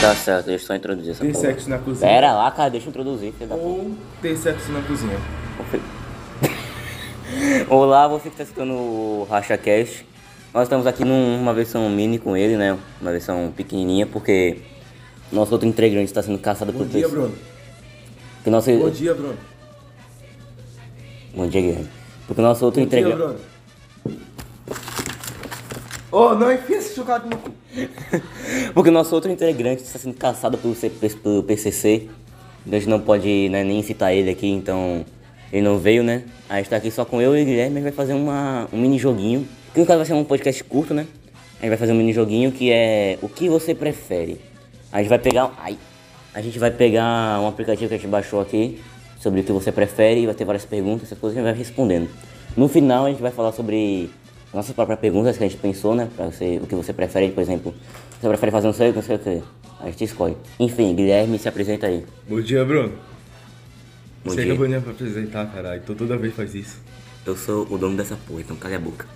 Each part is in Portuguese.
Tá certo, deixa eu só introduzir essa Ter porra. sexo na cozinha. Tá Pera lá, cara, deixa eu introduzir, filho da porra. Ou ter sexo na cozinha. Olá, você que está escutando o RachaCast. Nós estamos aqui numa versão mini com ele, né? Uma versão pequenininha, porque nosso outro integrante está sendo caçado Bom por dia, pessoas. Bruno. Porque nosso... Bom dia, Bruno. Bom dia, Guilherme. Porque nosso outro Bom dia, integrante. Bruno. Oh, não enfia esse chocolate no cu. Porque nosso outro integrante está sendo caçado pelo, C- pelo PCC. A gente não pode né, nem citar ele aqui, então ele não veio, né? A gente tá aqui só com eu e o Guilherme, a gente vai fazer uma, um mini joguinho. Que no caso vai ser um podcast curto, né? A gente vai fazer um mini joguinho que é o que você prefere. A gente vai pegar. um- Ai! A gente vai pegar um aplicativo que a gente baixou aqui sobre o que você prefere, vai ter várias perguntas, essas coisas que a gente vai respondendo. No final a gente vai falar sobre nossas próprias perguntas que a gente pensou, né? Pra você, o que você prefere, por exemplo. Você prefere fazer um sei, não sei o que. A gente escolhe. Enfim, Guilherme, se apresenta aí. Bom dia, Bruno. Bom Você dia. acabou de me apresentar, caralho. Tu toda vez faz isso. Eu sou o dono dessa porra, então cala a boca.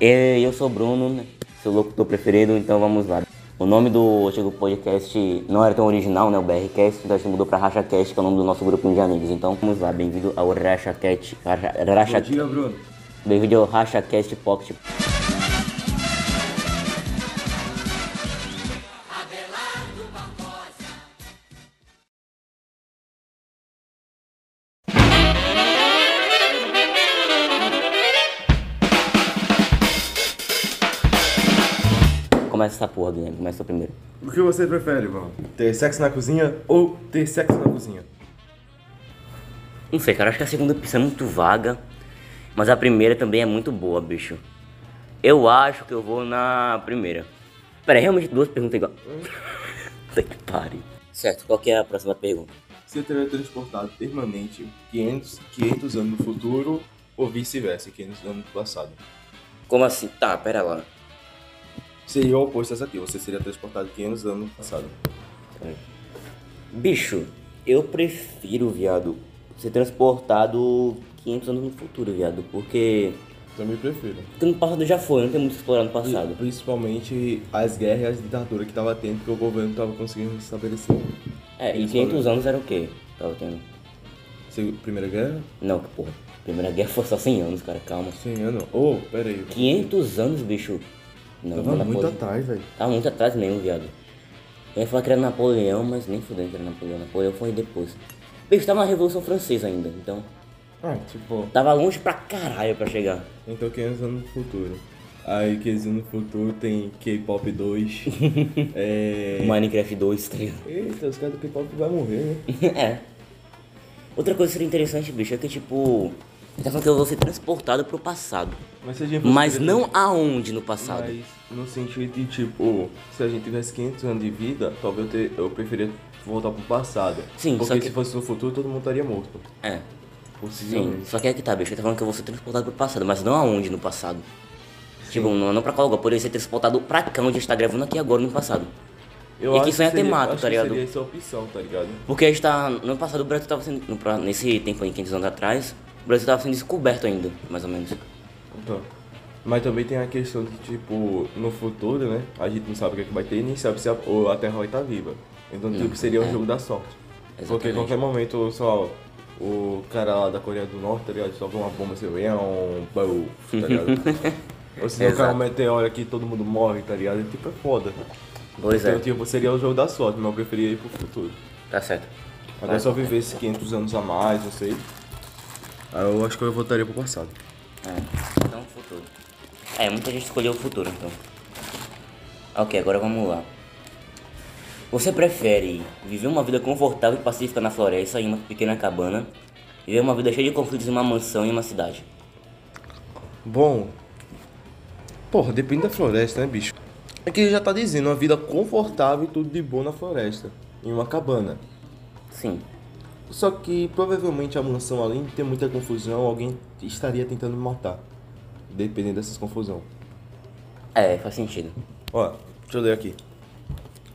E eu sou o Bruno, né? seu locutor preferido, então vamos lá. O nome do antigo podcast não era tão original, né? O BRCast, então a gente mudou pra RachaCast, que é o nome do nosso grupinho de amigos. Então vamos lá, bem-vindo ao RachaCast. Racha, Bom Racha, dia, Bruno. bem-vindo ao RachaCast Pocket. Começa essa porra, Guilherme, começa o primeiro. O que você prefere, Bruno? Ter sexo na cozinha? Ou ter sexo na cozinha. Não sei, cara, acho que a segunda opção é muito vaga, mas a primeira também é muito boa, bicho. Eu acho que eu vou na primeira. Pera, é realmente duas perguntas igual. Puta que pariu. Certo, qual que é a próxima pergunta? Ser teletransportado permanente 500, 500 anos no futuro ou vice-versa, 500 anos no passado. Como assim? Tá, pera lá. Seria o oposto a essa aqui. Você seria transportado 500 anos no passado. Bicho, eu prefiro, viado, ser transportado 500 anos no futuro, viado, porque. Também Então, prefiro. Porque no passado já foi, não tem muito o que explorar no passado. Principalmente as guerras e as ditaduras que tava tendo que o governo tava conseguindo estabelecer. É, e 500 anos era o quê? Tava tendo. Se- Primeira guerra? Não, que porra. Primeira guerra foi só 100 anos, cara, calma. 100 anos. Oh, pera aí. 500 anos, bicho. Não, Tava não muito Napoleão. atrás, velho. Tava muito atrás mesmo, viado. Eu ia falar que era Napoleão, mas nem fudendo que era Napoleão. Napoleão foi depois. Bicho, tava na Revolução Francesa ainda, então. Ah, tipo... Tava longe pra caralho pra chegar. Então 500 anos no futuro. Aí 500 anos no futuro tem K-pop 2. é... Minecraft 2, tá ligado? Eita, os caras do K-pop vai morrer, né? é. Outra coisa que seria interessante, bicho, é que tipo. Tá falando que eu vou ser transportado pro passado. Mas se a gente fosse Mas querer- não é aonde no passado. Mas no sentido de tipo, se a gente tivesse 500 anos de vida, talvez eu, te- eu preferia voltar pro passado. Sim, Porque só que- se fosse no futuro, todo mundo estaria morto. É. Sim, Possivelmente. só que é que tá, bicho. Ele tá falando que eu vou ser transportado pro passado, mas não aonde no passado. Tipo, não, não pra qual lugar, poderia ser transportado pra cá onde a gente tá gravando aqui agora no passado. Eu E que acho isso aí é seria- temático, acho tá que ligado? Seria essa a opção, tá ligado? Porque a gente tá. No passado o Brasil tava sendo. no pra- nesse tempo aí, 500 anos atrás, o Brasil tava sendo descoberto ainda, mais ou menos. Então. Mas também tem a questão de, tipo, no futuro, né? A gente não sabe o que, é que vai ter e nem sabe se a, ou a Terra vai estar viva. Então, tipo, seria um jogo da sorte. Porque é. Exatamente. em qualquer momento, só o cara lá da Coreia do Norte, tá ligado? Só vê uma bomba, você vê, é um... bau, Tá ligado? ou se não cai um Exato. meteoro aqui todo mundo morre, tá ligado? E, tipo, é foda. Pois então, é, tipo, seria o jogo da sorte, mas eu preferia ir pro futuro. tá certo. Até é só viver esses 500 anos a mais, não sei. Aí Ah, eu acho que eu voltaria pro passado. É. Então futuro. É, muita gente escolheu o futuro, então. Ok, agora vamos lá. Você prefere viver uma vida confortável e pacífica na floresta em uma pequena cabana? Viver uma vida cheia de conflitos em uma mansão em uma cidade? Bom. Porra, depende da floresta, né, bicho? É que ele já tá dizendo, uma vida confortável e tudo de bom na floresta, em uma cabana. Sim. Só que provavelmente a mansão, além de ter muita confusão, alguém estaria tentando me matar. Dependendo dessas confusão. É, faz sentido. Ó, deixa eu ler aqui.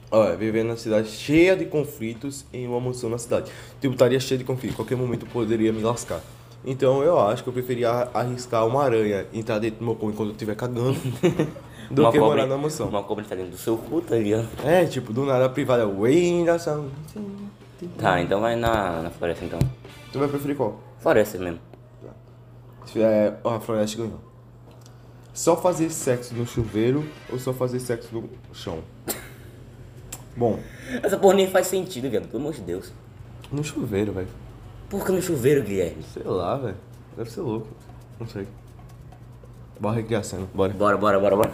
Ó, viver na cidade cheia de conflitos em uma mansão na cidade. Tipo, estaria cheio de conflitos. Qualquer momento eu poderia me lascar. Então eu acho que eu preferia arriscar uma aranha entrar dentro do meu cu enquanto eu estiver cagando do uma que cobra, morar na mansão. Uma cobra tá dentro do seu cu, tá ligado? É, tipo, do nada a privada. Way da sound. Tá, então vai na, na floresta então. Tu vai preferir qual? Floresta mesmo. Se É, ó, a floresta ganhou. Só fazer sexo no chuveiro ou só fazer sexo no chão? Bom, Essa porra nem faz sentido, viado, pelo amor de Deus. no chuveiro, velho. Por que no chuveiro, Guilherme? Sei lá, velho. Deve ser louco. Não sei. Bora recriar a cena, bora. Bora, bora, bora, bora.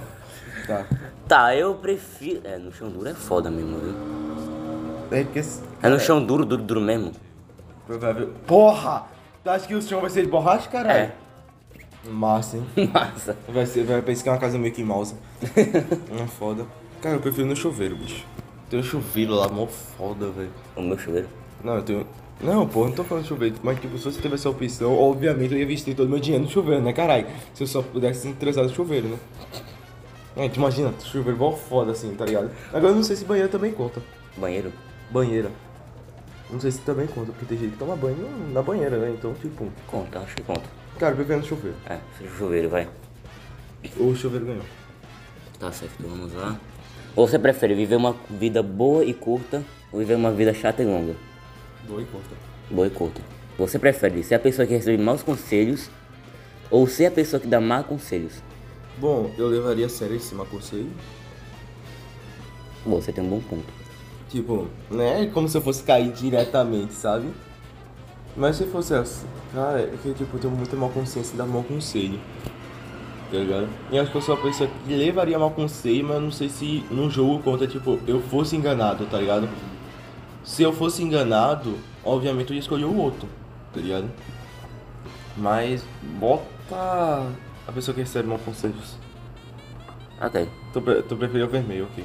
Tá. Tá, eu prefiro. É, no chão duro é foda mesmo, viu? É porque. esse- É no chão duro, duro, duro mesmo. Provável. Porra! Tu acha que o chão vai ser de borracha, caralho? É. Massa, hein? Massa. Vai, ser, vai pensar que é uma casa meio que mouse. Não é foda. Cara, eu prefiro no chuveiro, bicho. Tem um chuveiro lá, mó foda, velho. O meu chuveiro. Não, eu tenho. Não, pô, eu não tô falando de chuveiro, mas tipo, se você tivesse a opção, obviamente eu ia investir todo meu dinheiro no chuveiro, né, caralho? Se eu só pudesse se interessar no chuveiro, né? É, tu imagina, chuveiro mó foda assim, tá ligado? Agora eu não sei se banheiro também conta. Banheiro. Banheira. Não sei se também conta, porque tem gente que toma banho na banheira, né? Então, tipo, Conta, acho que conta. cara, eu prefiro no chuveiro. É, seja o chuveiro, vai. Ou o chuveiro ganhou. Tá certo, vamos lá. Ou você prefere viver uma vida boa e curta ou viver uma vida chata e longa? Boa e conta. Boa e curta. Você prefere ser a pessoa que recebe maus conselhos ou ser a pessoa que dá má conselhos? Bom, eu levaria a sério esse conselho. Bom, você tem um bom ponto. Tipo, né? Como se eu fosse cair diretamente, sabe? Mas se fosse assim, cara, é que tipo, eu tenho muito mal consciência da mau conselho. Tá ligado? E acho que eu sou uma pessoa que levaria mal conselho, mas eu não sei se num jogo conta, tipo, eu fosse enganado, tá ligado? Se eu fosse enganado, obviamente eu ia escolher o outro, tá ligado? Mas bota a pessoa que recebe mal conselhos. Ok. Tu, pre- tu preferiu o vermelho, ok.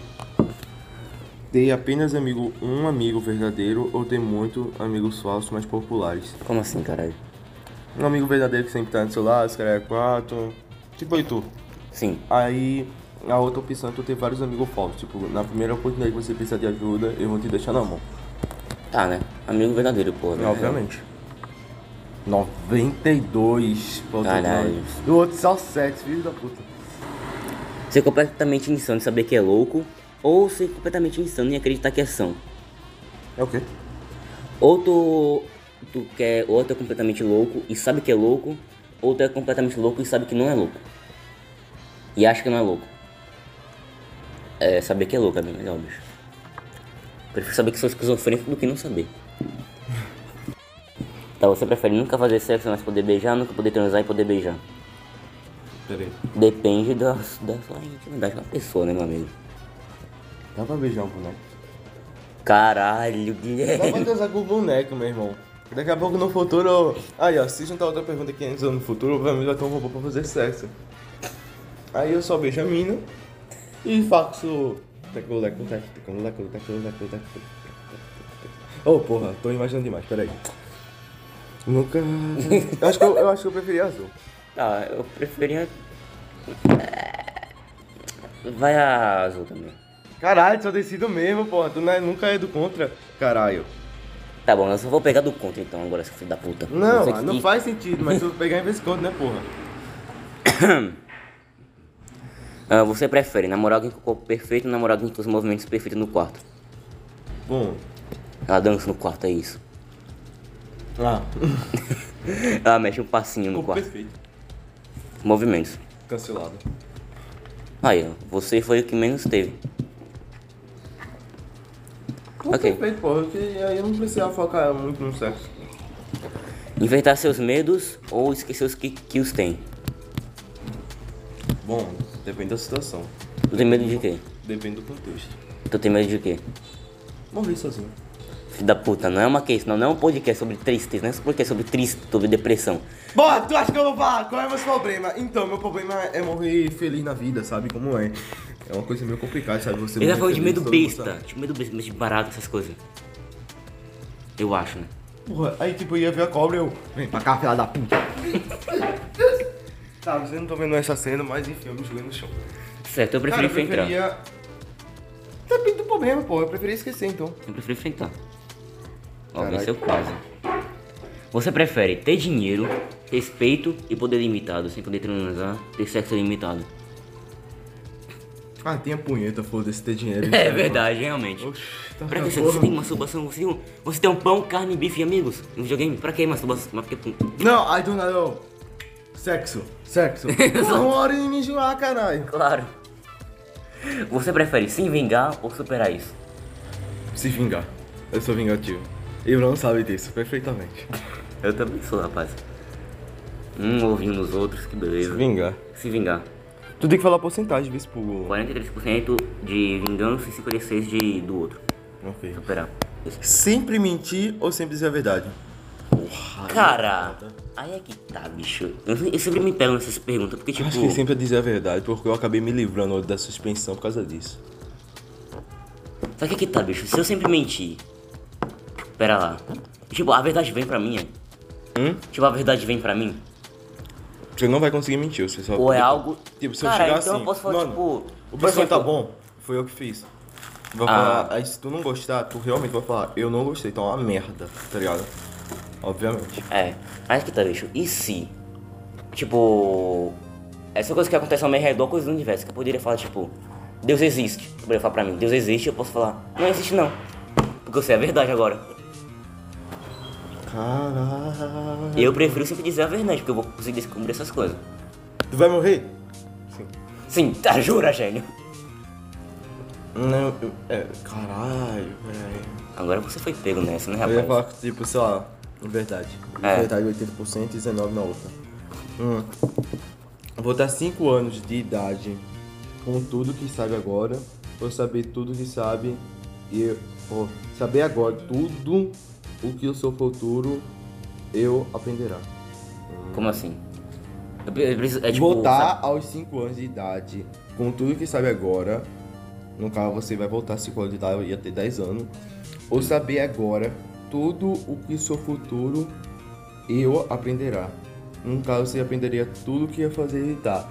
Ter apenas amigo, um amigo verdadeiro ou ter muito amigos falsos mais populares? Como assim, caralho? Um amigo verdadeiro que sempre tá no seu lado, esse cara é quatro. Tipo aí tu. Sim. Aí a outra opção é tu ter vários amigos falsos. Tipo, na primeira oportunidade que você precisar de ajuda, eu vou te deixar na mão. Tá, né? Amigo verdadeiro, porra. né? É. Obviamente. 92 pontos. Caralho. E o outro só 7, filho da puta. Ser completamente insano e saber que é louco ou ser completamente insano e acreditar que é são? É o quê? Ou tu, tu quer, ou tu é completamente louco e sabe que é louco, ou tu é completamente louco e sabe que não é louco. E acha que não é louco. É, saber que é louco é bem melhor, bicho. Prefiro saber que sou esquizofrênico do que não saber. Tá, você prefere nunca fazer sexo, mas poder beijar, nunca poder transar e poder beijar. Pera aí. Depende da, da sua intimidade com a pessoa, né, meu amigo? Dá pra beijar um boneco? Caralho, Dá Guilherme. pra transar com o boneco, meu irmão. Daqui a pouco no futuro. Aí, ó, se juntar outra pergunta que entra no futuro, obviamente vai ter um robô pra fazer sexo. Aí eu só beijo a mina e faço. Oh, porra, tô imaginando demais, peraí. Nunca. Eu acho que eu, eu, acho que eu preferia azul. Ah, eu preferia. Vai a azul também. Caralho, só decido mesmo, porra. Tu não é- nunca é do contra. Caralho. Tá bom, eu só vou pegar do contra então, agora, seu filho da puta. Não, sei ah, que- não faz sentido, mas se eu pegar em vez de contra, né, porra? Ah, você prefere namorar alguém com o corpo perfeito ou namorar alguém com os movimentos perfeitos no quarto? Bom. Ela dança no quarto, é isso. Ah, Ela mexe um passinho no quarto. perfeito. Movimentos. Cancelado. Aí, ó, você foi o que menos teve. Pô, Ok. Perfeito, porra, que aí eu não precisava focar muito no sexo. Inventar seus medos ou esquecer os que, que os tem? Bom, depende da situação. Tu tem medo de quê? Depende do contexto. Tu tem medo de quê? Morri sozinho. Filho da puta, não é uma case, não, não é um podcast sobre tristeza, não é um podcast sobre triste, sobre depressão. Bora, tu acha que eu vou falar? Qual é o meu problema? Então, meu problema é morrer feliz na vida, sabe como é? É uma coisa meio complicada, sabe? Você Ele tá morrer falando de feliz, medo todo mundo besta. sabe. Tipo, medo besta, medo de barato, essas coisas. Eu acho, né? Porra, aí tipo, eu ia ver a cobra e eu... Vem pra cá, filha da puta. tá, vocês não estão vendo essa cena, mas enfim, eu me joguei no chão. Certo, eu prefiro Cara, eu enfrentar. preferia... Depende do problema, porra. Eu preferia esquecer, então. Eu prefiro enfrentar. Ó, Caralho. venceu quase. Você prefere ter dinheiro, respeito e poder limitado, sem poder transar, ter sexo limitado? Ah, tem a punheta, foda-se ter dinheiro. É verdade, realmente. Oxi, tá Pra que com você, porra. você tem masturbação? Você, você tem um pão, carne, bife e amigos no videogame? Pra que masturbação? Mas porque tu- Não, I do not know. Sexo, sexo. Porra, uma hora de me enjoar, caralho. Claro. Você prefere se vingar ou superar isso? Se vingar. Eu sou vingativo. E o não sabe disso perfeitamente. Eu também sou, rapaz. Um ouvindo os outros, que beleza. Vinga. Se vingar. Tu tem que falar a porcentagem, vice pro. 43% de vingança e 56% de, do outro. Então, Ok. Superar. Sempre mentir ou sempre dizer a verdade? Cara, aí é que tá, bicho. Eu, eu sempre me pego nessas perguntas, porque tipo. Acho que sempre é dizer a verdade, porque eu acabei me livrando da suspensão por causa disso. Só que aqui tá, bicho, se eu sempre mentir. Pera lá. Tipo, a verdade vem pra mim, é? Hum? Tipo, a verdade vem pra mim. Você não vai conseguir mentir, você só. Ou é algo. Tipo, se eu Cara, chegar então assim, eu posso falar, mano, tipo. O por pessoal tá exemplo, bom, foi eu que fiz. Vai Ah. falar, aí se tu não gostar, tu realmente vai falar, eu não gostei, então é uma merda, tá ligado? Obviamente. É, acho que tá, bicho. E se? Tipo. Essa coisa que acontece ao meu redor, coisa do universo, que eu poderia falar, tipo, Deus existe. Eu poderia falar pra mim, Deus existe, eu posso falar, não existe não. Porque eu sei a verdade agora. Caralho. Eu prefiro sempre dizer a verdade, porque eu vou conseguir descobrir essas coisas. Tu vai morrer? Sim. Sim, tá, jura, gênio. Não, eu, é, caralho, velho. Agora você foi pego nessa, né, Eu ia rapaz? falar, tipo, sei lá, verdade. É. Verdade 80% e 19% na outra. Hum. Vou dar 5 anos de idade com tudo que sabe agora. Vou saber tudo que sabe e eu vou saber agora tudo o que o seu futuro eu aprenderá. Como assim? Eu pre- eu preciso- é tipo, voltar sabe? aos 5 anos de idade com tudo que sabe agora. No caso, você vai voltar 5 anos de idade, eu ia ter 10 anos. Ou saber agora tudo o que seu futuro eu aprenderá. No caso, você aprenderia tudo o que ia fazer e tá.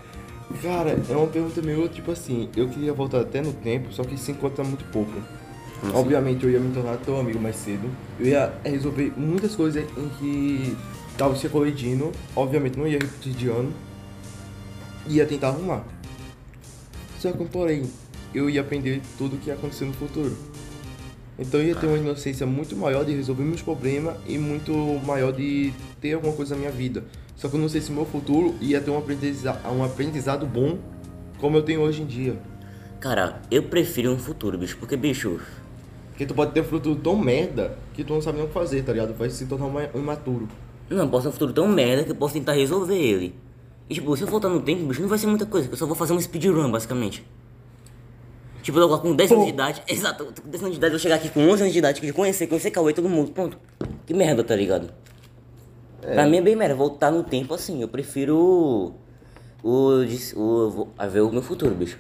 Cara, é uma pergunta meio tipo assim. Eu queria voltar até no tempo, só que 5 anos é muito pouco. Obviamente, eu ia me tornar teu amigo mais cedo. Eu ia resolver muitas coisas em que tava se colidindo. Obviamente, não ia repetir de ano ia tentar arrumar. Só que, porém, eu ia aprender tudo o que ia acontecer no futuro. Então eu ia ter uma inocência muito maior de resolver meus problemas e muito maior de ter alguma coisa na minha vida. Só que eu não sei se meu futuro ia ter um aprendiza- um aprendizado bom como eu tenho hoje em dia. Cara, eu prefiro um futuro, bicho, porque, bicho, Porque tu pode ter um futuro tão merda que tu não sabe nem o que fazer, tá ligado? Vai se tornar uma- um imaturo. Não, posso ter um futuro tão merda que eu posso tentar resolver ele. E tipo, se eu voltar no tempo, bicho, não vai ser muita coisa, que eu só vou fazer um speedrun, basicamente. Tipo, eu com 10 anos de idade, exato, eu tô com 10 anos de idade, eu vou chegar aqui com 11 anos de idade, que conhecer, conhecer Cauê, todo mundo, pronto. Que merda, tá ligado? Pra mim é bem merda, voltar no tempo assim, eu prefiro o, de- o, eu vou- a ver o meu futuro, bicho.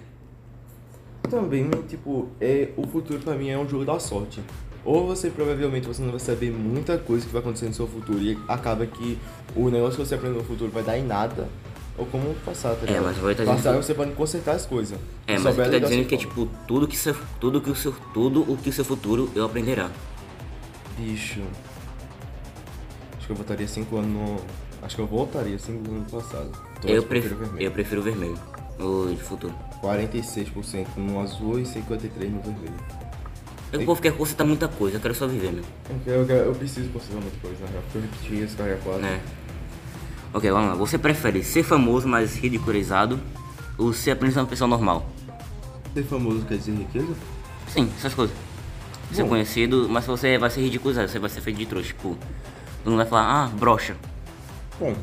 Também, tipo, é, o futuro pra mim é um jogo da sorte. Ou você provavelmente você não vai saber muita coisa que vai acontecer no seu futuro e acaba que o negócio que você aprendeu no futuro vai dar em nada. Ou como passar, tá É, mas vai tá Passar dizendo- você pode consertar as coisas. É, Se mas souber tu tá lidar assim dizendo sem que é forma. tipo, tudo que, seu, tudo, que o seu, tudo o que o seu futuro eu aprenderá. Bicho. Acho que eu voltaria 5 anos no. Acho que eu voltaria 5 anos no passado. Então, acho eu, que prefiro, vermelho. eu prefiro vermelho, o de futuro. 46% no azul e 53% no vermelho. Eu vou ficar consertar muita coisa, eu quero só viver, né? meu. Eu, quero- É eu, quero- eu preciso consertar muita coisa, na real. Porque eu repeti esse carga 4. Né? Ok, vamos lá. Você prefere ser famoso, mas ridicularizado, ou ser apenas uma pessoa normal? Ser famoso quer dizer riqueza? Sim, essas coisas. Ser conhecido, mas você vai ser ridicularizado, você vai ser feito de trouxa. Tipo, tu não vai falar, ah, brocha. Bom.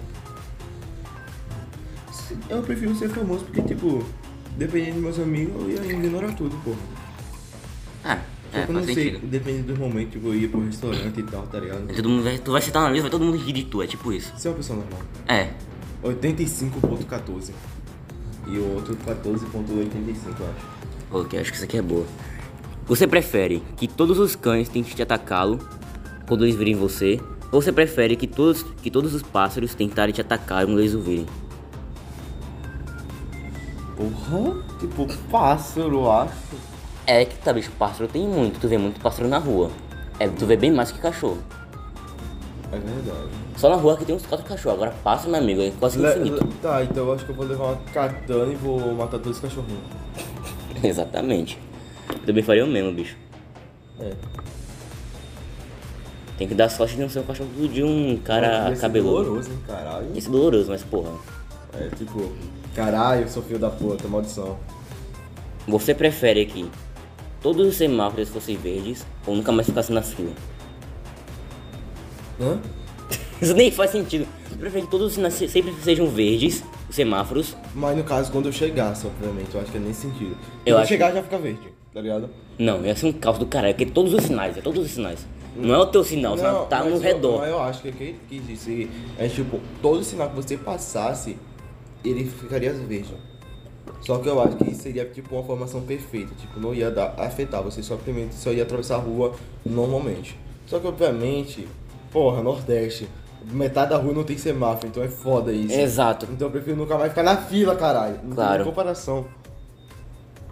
se- Eu prefiro ser famoso porque, tipo, dependendo dos meus amigos, eu ia ignorar tudo, pô. Ah, Só é, que eu não faz sei, sentido. dependendo do momento, tipo, eu ia pro restaurante e tal, tá ligado? Aí Todo mundo vai, tu vai sentar na mesa, vai todo mundo rir de tu, é tipo isso. Você é uma pessoa normal. É, 85.14. E o outro 14.85, eu acho. ok, acho que isso aqui é boa. Você prefere que todos os cães tentem te atacá-lo quando eles virem você, ou você prefere que todos, que todos os pássaros tentarem te atacar quando eles o virem? Porra? Tipo, pássaro, eu acho. É que tá, bicho, pássaro tem muito, tu vê muito pássaro na rua. É, tu vê bem mais que cachorro. É verdade. Só na rua que tem uns quatro cachorros, agora pássaro, meu amigo, é quase Le- então infinito. le- tá, então eu acho que eu vou levar uma katana e vou matar dois cachorrinhos. Exatamente. Eu também faria o mesmo, bicho. É. Tem que dar sorte de não ser um cachorro de um cara Ia ser cabeludo. é doloroso, hein, caralho. Isso é doloroso, mas porra. É, tipo, Caralho, sou filho da puta, maldição. Você prefere que todos os semáforos fossem verdes ou nunca mais ficasse na fila? hã? Isso nem faz sentido. Você prefere que todos os sinais se- sempre sejam verdes, os semáforos, Mas no caso, quando eu chegasse, obviamente, eu acho que é nesse sentido. Quando Eu acho chegar já fica verde, tá ligado? Não, ia ser um caos do caralho, porque todos os sinais, é todos os sinais. Não é o teu sinal, o sinal tá mas no eu- redor. é. mas Eu, acho que o que ele quis dizer é tipo, todo sinal que você passasse, ele ficaria verde. Só que eu acho que seria tipo uma formação perfeita, tipo, não ia dar, afetar, você só, primeiro, só ia atravessar a rua normalmente. Só que obviamente, porra, Nordeste, metade da rua não tem semáforo, então é foda isso. Exato. Então eu prefiro nunca mais ficar na fila, caralho. Não tem Claro. nem comparação.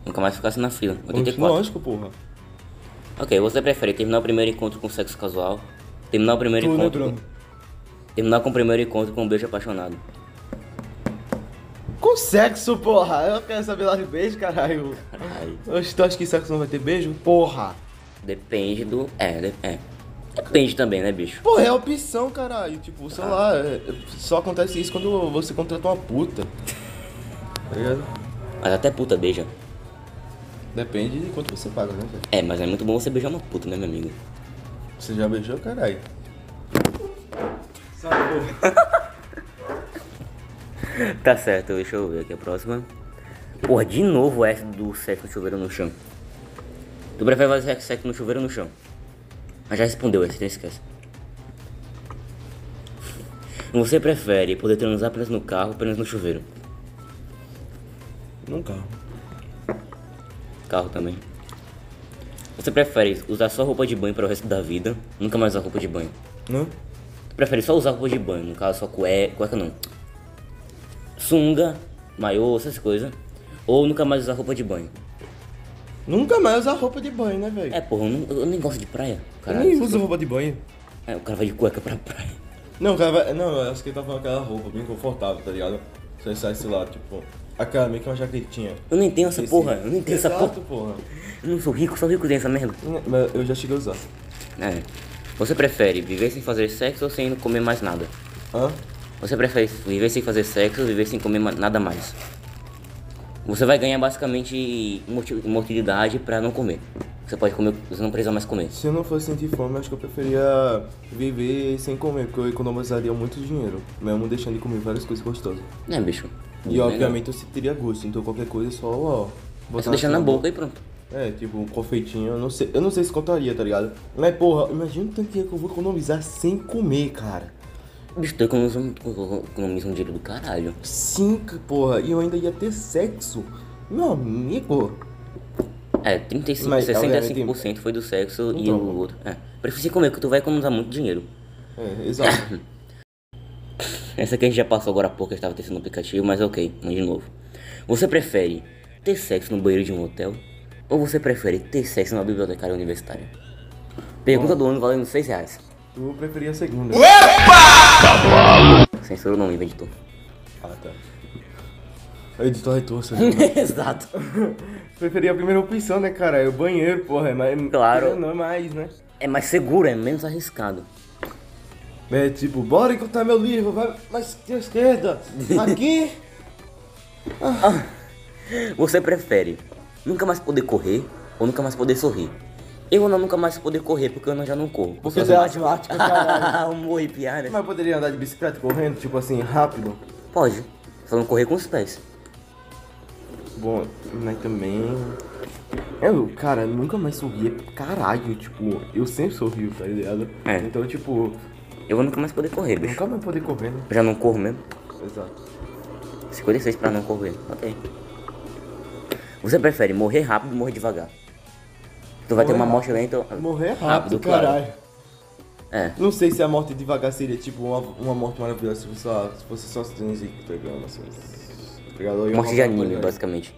Nunca mais ficasse na fila. 84. Lógico, porra. Ok, você prefere terminar o primeiro encontro com sexo casual? Terminar o primeiro Tu, né, encontro. Bruno? com... Terminar com o primeiro encontro com um beijo apaixonado. Com sexo, porra. Eu quero saber lá de beijo, caralho. Caralho. Oxe, Tu acha que sexo não vai ter beijo? Porra. Depende do. É, de- é. Depende também, né, bicho? Porra, é opção, caralho. Tipo, sei lá, é- só acontece isso quando você contrata uma puta. Tá ligado? Mas até puta beija. Depende de quanto você paga, né, velho? É, mas é muito bom você beijar uma puta, né, meu amigo? Você já beijou, caralho? Tá certo, deixa eu ver aqui a próxima. Porra, de novo essa do sexo no chuveiro no chão. Tu prefere fazer sexo no chuveiro ou no chão? Mas já respondeu essa, então esquece. Você prefere poder transar apenas no carro ou apenas no chuveiro? Nunca. Carro também. Você prefere usar só roupa de banho para o resto da vida? Nunca mais usar roupa de banho. Não? Tu prefere só usar roupa de banho, no caso só cueca, cueca não. Sunga, maiô, essas coisas. Ou nunca mais usar roupa de banho. Nunca mais usar roupa de banho, né, velho? É. É, porra, eu, não- eu nem gosto de praia. Eu Caralho. nem uso roupa de banho. É, o cara vai de cueca pra praia. Não, cara, vai... não, eu acho que ele tá falando aquela roupa bem confortável, tá ligado? Você sai, sei lá, tipo, aquela meio que uma jaquetinha. Eu nem tenho essa Esse- porra, eu nem tenho essa Exato, porra. porra. Eu não sou rico, só rico tem essa merda. Mas eu já cheguei a usar. É. Você prefere viver sem fazer sexo ou sem comer mais nada? Hã? Você prefere viver sem fazer sexo ou viver sem comer ma- nada mais? Você vai ganhar basicamente imorti- imortalidade pra não comer. Você pode comer, você não precisa mais comer. Se eu não fosse sentir fome, acho que eu preferia viver sem comer, porque eu economizaria muito dinheiro, né? mesmo deixando de comer várias coisas gostosas. Né, bicho? E obviamente eu sentiria gosto, então qualquer coisa é só, ó. Você botar só deixa assim tá na boca e pronto. É, tipo, um confeitinho, eu não sei, eu não sei se contaria, tá ligado? Mas porra, imagina o tanto que eu vou economizar sem comer, cara. Bicho, tu economiza um, economiza um dinheiro do caralho. Cinco, porra, e eu ainda ia ter sexo. Meu amigo. É, 35, Mas, 65% foi do sexo e Então. o outro. É, prefiro sem comer, porque tu vai economizar muito dinheiro. É, exato. Essa aqui a gente já passou agora há pouco, eu estava testando o aplicativo, mas ok, vamos de novo. Você prefere ter sexo no banheiro de um hotel? Ou você prefere ter sexo numa bibliotecária universitária? Pergunta do ano valendo 6 reais. Eu preferia a segunda. Censura o nome, editor. Ah, tá. Editor né? retorce. Exato. Preferia a primeira opção, né, cara? É o banheiro, porra, é mais. Claro. Não é mais, né? É mais seguro, é menos arriscado. É tipo, bora encontrar meu livro, vai mais que à esquerda, aqui. Você prefere nunca mais poder correr ou nunca mais poder sorrir? Eu não nunca mais poder correr, porque eu não- já não corro. Porque Eu você é sou asmático, caralho. Humor e piada. Mas poderia andar de bicicleta correndo, tipo assim, rápido. Pode. Só não correr com os pés. Bom, mas também. Eu, cara, nunca mais sorria. Caralho, tipo, eu sempre sorrio, tá ligado? É. Então, tipo, Eu vou nunca mais poder correr, bicho. nunca mais poder correr, né? Eu já não corro mesmo. Exato. 56 pra não correr. Ok. Você prefere morrer rápido ou morrer devagar? Tu vai ter uma morte lenta. ou- Morrer é Rápido, rápido, claro. caralho. É. Não sei se a morte devagar seria tipo uma, uma morte maravilhosa se fosse só, se fosse só transico, tá ligado? Assim, tá ligado? Ou ia Morte de uma anime, coisa. É. basicamente.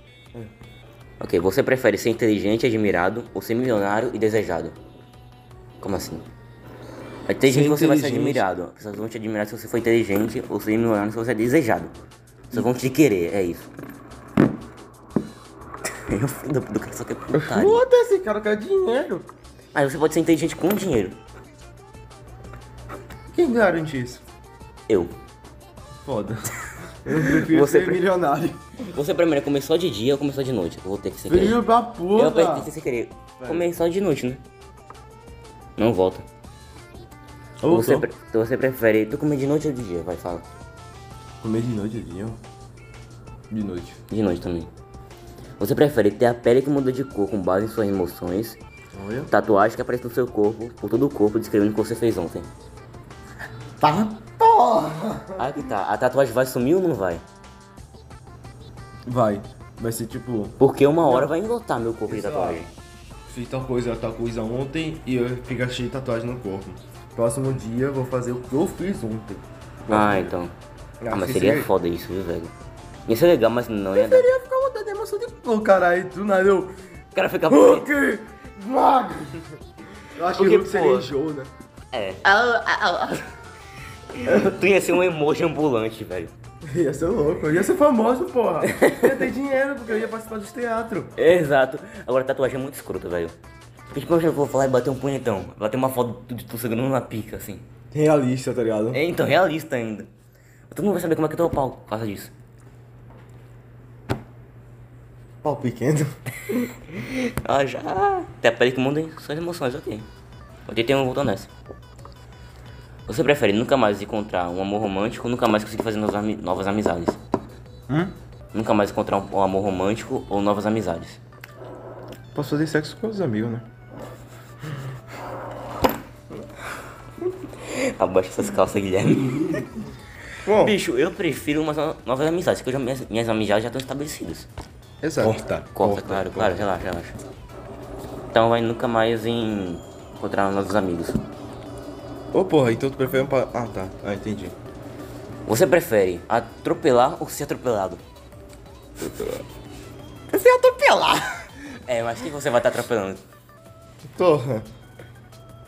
Ok, você prefere ser inteligente e admirado ou ser milionário e desejado? Como assim? Vai ter gente que você vai ser inteligente. admirado. As pessoas vão te admirar se você for inteligente ou ser milionário se você é desejado. Só vão te querer, é isso. É o filho do, do cara só quer putaria. Foda-se, cara, eu quero dinheiro. Mas você pode ser inteligente com dinheiro. Quem garante isso? Eu. Foda. Eu prefiro Você ser pre- milionário. Então Você primeiro começou de dia ou começou de noite? Eu vou ter que ser Filho da puta. Eu apertei sem querer. Começou de noite, né? Não volta. Ou Você, só. pre- você prefere tu comer de noite ou de dia? Vai, fala. Comer de noite, Guinho. De noite. De noite também. Você prefere ter a pele que muda de cor com base em suas emoções, Olha. tatuagem que aparece no seu corpo, por todo o corpo, descrevendo o que você fez ontem. Tá porra! Aí que tá, a tatuagem vai sumir ou não vai? Vai. Vai ser tipo. Porque uma hora vai enlotar meu corpo de tatuagem. Fiz tal coisa, tal coisa ontem e eu fico cheio de tatuagem no corpo. Próximo dia eu vou fazer o que eu fiz ontem. Ah, então. Não, Ah, mas se seria seria- foda isso, viu, velho? Ia ser legal, mas não ia dar. Eu ia ficar botando emoção de pô, caralho, do nada eu. O cara fica Hulk! Mago! Eu acho Porque, que o Hulk seria pô, enjoo, né? É. tu ia ser um emoji ambulante, velho. Ia ser louco, eu ia ser famoso, porra. Eu ia ter dinheiro porque eu ia participar dos teatros. Exato. Agora, tatuagem é muito escrota, velho. Porque, tipo, eu vou falar e bater um punhetão. Bater uma foto de tu segurando uma pica, assim. Realista, tá ligado? É, então, realista ainda. Todo mundo vai saber como é que eu tô o pau por causa disso. Pau pequeno. Ah, já. Até peraí que mandem suas emoções, ok. Eu tentei um voltar nessa. Você prefere nunca mais encontrar um amor romântico ou nunca mais conseguir fazer novas, ami- novas amizades? Hum? Nunca mais encontrar um, um amor romântico ou novas amizades? Posso fazer sexo com os amigos, né? Abaixa Tá essas calças, Guilherme. Bom, Bicho, eu prefiro umas no- novas amizades, porque eu já- minhas, minhas amizades já estão estabelecidas. Exato. corta. Corta, claro, claro, relaxa, relaxa. Então vai nunca mais em encontrar novos amigos. Ô porra, então tu prefere um pa... Ah tá, ah entendi. Você prefere atropelar ou ser atropelado? Você ia atropelar! É, mas quem você vai estar atropelando? Porra.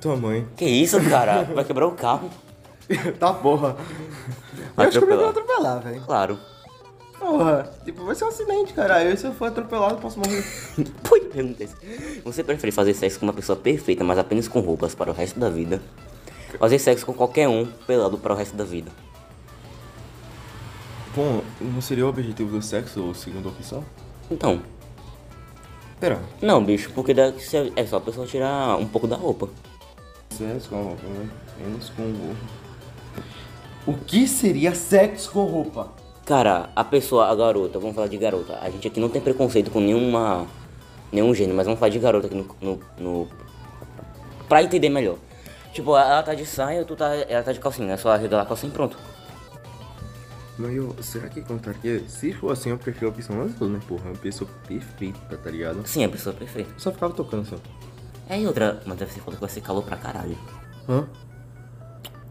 Tua mãe. Que isso, cara? Vai quebrar o carro? tá porra. Eu acho que eu prefiro atropelar, velho. Claro. Porra, tipo, vai ser um acidente, cara. Eu, se eu for atropelado, eu posso morrer. Pode perguntar isso. Você prefere fazer sexo com uma pessoa perfeita, mas apenas com roupas para o resto da vida? Fazer sexo com qualquer um pelado para o resto da vida? Bom, não seria o objetivo do sexo ou segunda opção? Então, Pera. não, bicho, porque dá- se- é só a pessoa tirar um pouco da roupa. Sexo com roupa, né? menos com o O que seria sexo com roupa? Cara, a pessoa, a garota, vamos falar de garota. A gente aqui não tem preconceito com nenhuma. nenhum gênero, mas vamos falar de garota aqui no. no, no- pra entender melhor. Tipo, ela tá de saia, tu tá. Ela tá de calcinha, é só arregalar a calcinha e pronto. Mas eu, será que contaria? Se for assim, eu prefiro a opção mais azul, né, porra? Uma pessoa perfeita, tá ligado? Sim, a pessoa é perfeita. Só ficava tocando assim, É e outra. Mas deve ser foda que vai ser calor pra caralho. ó. Hã?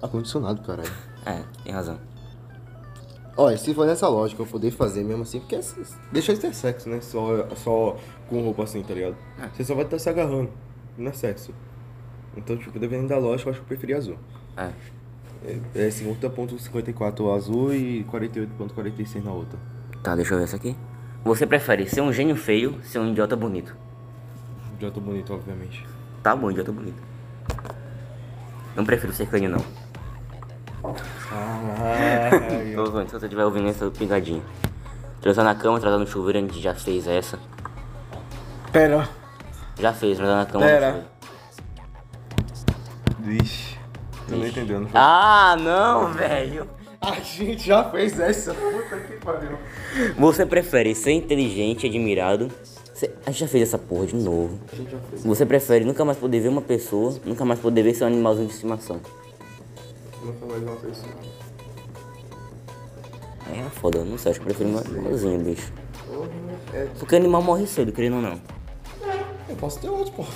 Acondicionado, caralho. É, tem razão. Olha, se for nessa lógica, eu poder fazer mesmo assim, porque é- deixa de ter sexo, né? Só, só com roupa assim, tá ligado? Você só vai estar se agarrando, não é sexo. Então, tipo, dependendo da lógica, eu acho que eu preferia azul. É. É, é 50.54 azul e 48.46 na outra. Tá, deixa eu ver essa aqui. Você prefere ser um gênio feio, ser um idiota bonito? Já tô bonito, obviamente. Tá bom, idiota bonito. Não prefiro ser canho, não. Caralho. Ô, Vânia, se você estiver ouvindo essa pingadinha. Transar na cama, transar no chuveiro, a gente já fez essa. Pera. Já fez, transar na cama. no Pera. chuveiro. Vixe. Eu não entendendo. Ah, não, velho. A gente já fez essa. Puta que pariu. Você prefere ser inteligente, admirado. Cê- A gente já fez essa porra de novo. Você prefere nunca mais poder ver uma pessoa, nunca mais poder ver seu animalzinho de estimação. Nunca mais uma pessoa. Aí É foda, eu não sei, acho que eu prefiro um animalzinho, bicho. é Porque animal morre cedo, querendo ou não. É. Eu posso ter outro, porra.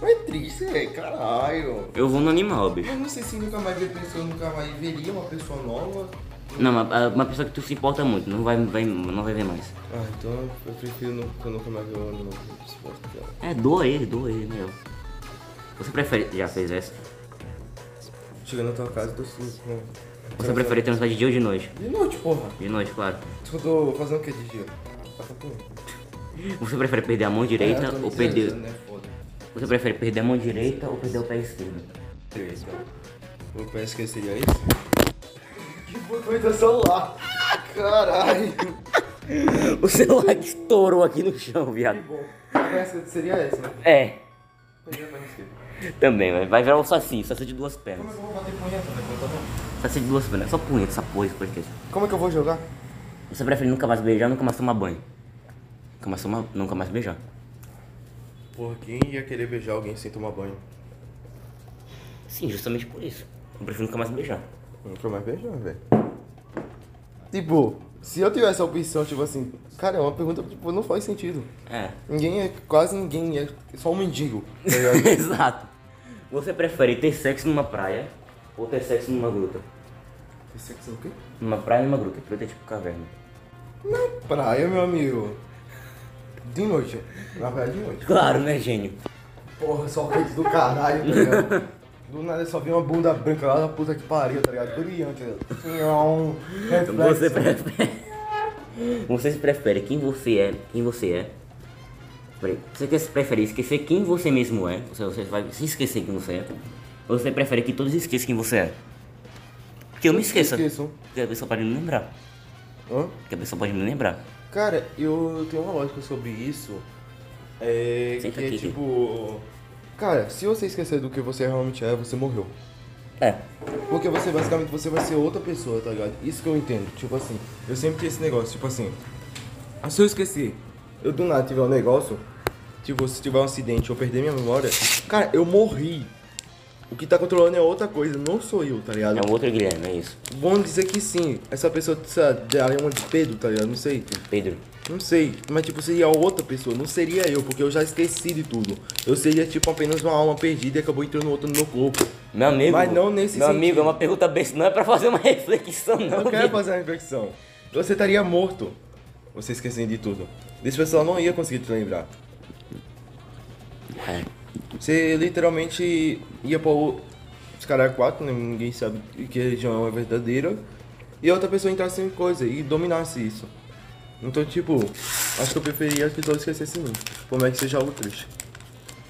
Mas é triste, velho. Caralho. Eu vou no animal, bicho. Eu não sei se nunca mais ver pessoa, nunca mais veria uma pessoa nova. Não, mas ah, uma pessoa que tu se importa muito, não vai, vai- não vai ver mais. Ah, então eu prefiro nunca, nunca mais ver o novo resposta dela. É, doa ele, doa ele, melhor. Você prefere. Já fez essa? Chegando na tua casa, eu tô sujo, né? Você prefere transar de dia ou de noite? De noite, porra. De noite, claro. Tu tô fazendo o que de dia? Tá com Você prefere perder a mão direita eu um. tô me ou perder. desejando, né? Foda. Você prefere perder a mão direita ou perder o pé esquerdo? Eu peço que seria isso. Foi teu celular. Ah, Caralho. O celular que estourou aqui no chão, viado. Bom, essa seria essa, né? É, Perdi a perna esquerda. também, velho. vai virar um saci, saci de duas Como é pernas. que eu vou bater punheta, velho? Tá bom. Saci de duas pernas, só punheta, essa porra, esse podcast. Como é que eu vou jogar? Você prefere nunca mais beijar ou nunca mais tomar banho? Nunca mais, tomar, nunca mais beijar. Por quem ia querer beijar alguém sem tomar banho? Sim, justamente por isso. Eu prefiro nunca mais beijar. Nunca mais beijar, velho. Tipo, se eu tivesse a opção, tipo assim, cara, é uma pergunta que tipo, não faz sentido. É, Ninguém é, quase ninguém é só um mendigo. tá ligado? exato. Você prefere ter sexo numa praia ou ter sexo numa gruta? Esse aqui é o quê? Numa praia e numa gruta, gruta é tipo caverna. Praia, meu amigo. De noite. Na praia de noite. Claro, né, gênio? Porra, só coisa do caralho, tá ligado? Do nada eu só vi uma bunda branca lá da puta que pariu, tá ligado? Brilhante. Não, Então Você reflexo. prefere. Vocês preferem quem você é. Quem você é. Peraí, Você quer preferir esquecer quem você mesmo é. Ou seja, você vai se esquecer quem você é. Ou você prefere que todos esqueçam quem você é? Que eu me esqueça. Esqueçam. Que a pessoa pode me lembrar. Hã? Que a pessoa pode me lembrar. Cara, eu tenho uma lógica sobre isso. É. Senta que é aqui, Gui. tipo. Cara, se você esquecer do que você realmente é, você morreu. É. Porque você basicamente você vai ser outra pessoa, tá ligado? Isso que eu entendo. Tipo assim, eu sempre tinha esse negócio, tipo assim. ah, Se eu esquecer, eu do nada tiver um negócio, tipo, se tiver um acidente ou perder minha memória, cara, eu morri. O que tá controlando é outra coisa, não sou eu, tá ligado? É um outro Guilherme, é isso. Vamos dizer que sim, essa pessoa, sei lá, daria uma de Pedro, tá ligado? Não sei. Pedro. Não sei, mas tipo, seria outra pessoa, não seria eu, porque eu já esqueci de tudo. Eu seria tipo apenas uma alma perdida e acabou entrando outra no meu corpo. Meu amigo. Mas não nesse Meu sentido. amigo, é uma pergunta besta. Não é pra fazer uma reflexão, não. Eu quero Guilherme. fazer uma reflexão. Você estaria morto, você esquecendo de tudo. Esse pessoal não ia conseguir te lembrar. É. Você literalmente ia pra o- os caras quatro, né? ninguém sabe que religião é verdadeira. E a outra pessoa entrasse em coisa e dominasse isso. Então, tipo, acho que eu preferia as pessoas esquecessem de mim. Como é que seja algo triste.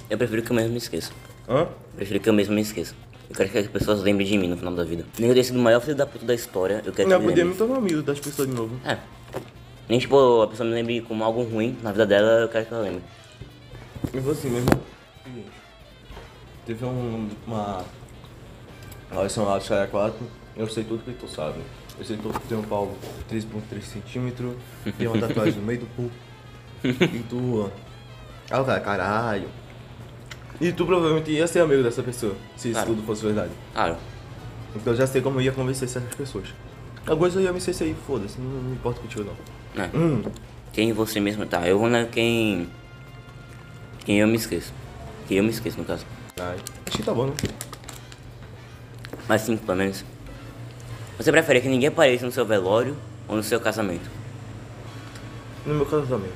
Eu prefiro que eu mesmo me esqueça. Hã? Prefiro que eu mesmo me esqueça. Eu quero que as pessoas lembrem de mim no final da vida. Nem eu ter sido o maior filho da puta da história, eu quero que Não, me podia lembrem. me tornar amigo das pessoas de novo. É. Nem tipo, a pessoa me lembre como algo ruim na vida dela, eu quero que ela lembre. Eu vou assim mesmo. Seguinte. Teve um, uma. Audição lá do Xaria 4. Eu sei tudo que tu sabe. Eu sei tudo que tu tem um pau 3.3 centímetros. Tem uma tatuagem no meio do cu. E tu. Ah, o cara, caralho. E tu provavelmente ia ser amigo dessa pessoa, se isso Claro. tudo fosse verdade. Claro. Então eu já sei como eu ia convencer essas pessoas. Algumas eu ia me esquecer aí, foda-se, não, não importa contigo não. É. Hum. Quem você mesmo tá? Eu vou na quem. Quem eu me esqueço. Quem eu me esqueço, no caso. Ai, acho que tá bom, né? Mas sim, pelo menos. Você prefere que ninguém apareça no seu velório ou no seu casamento? No meu caso também.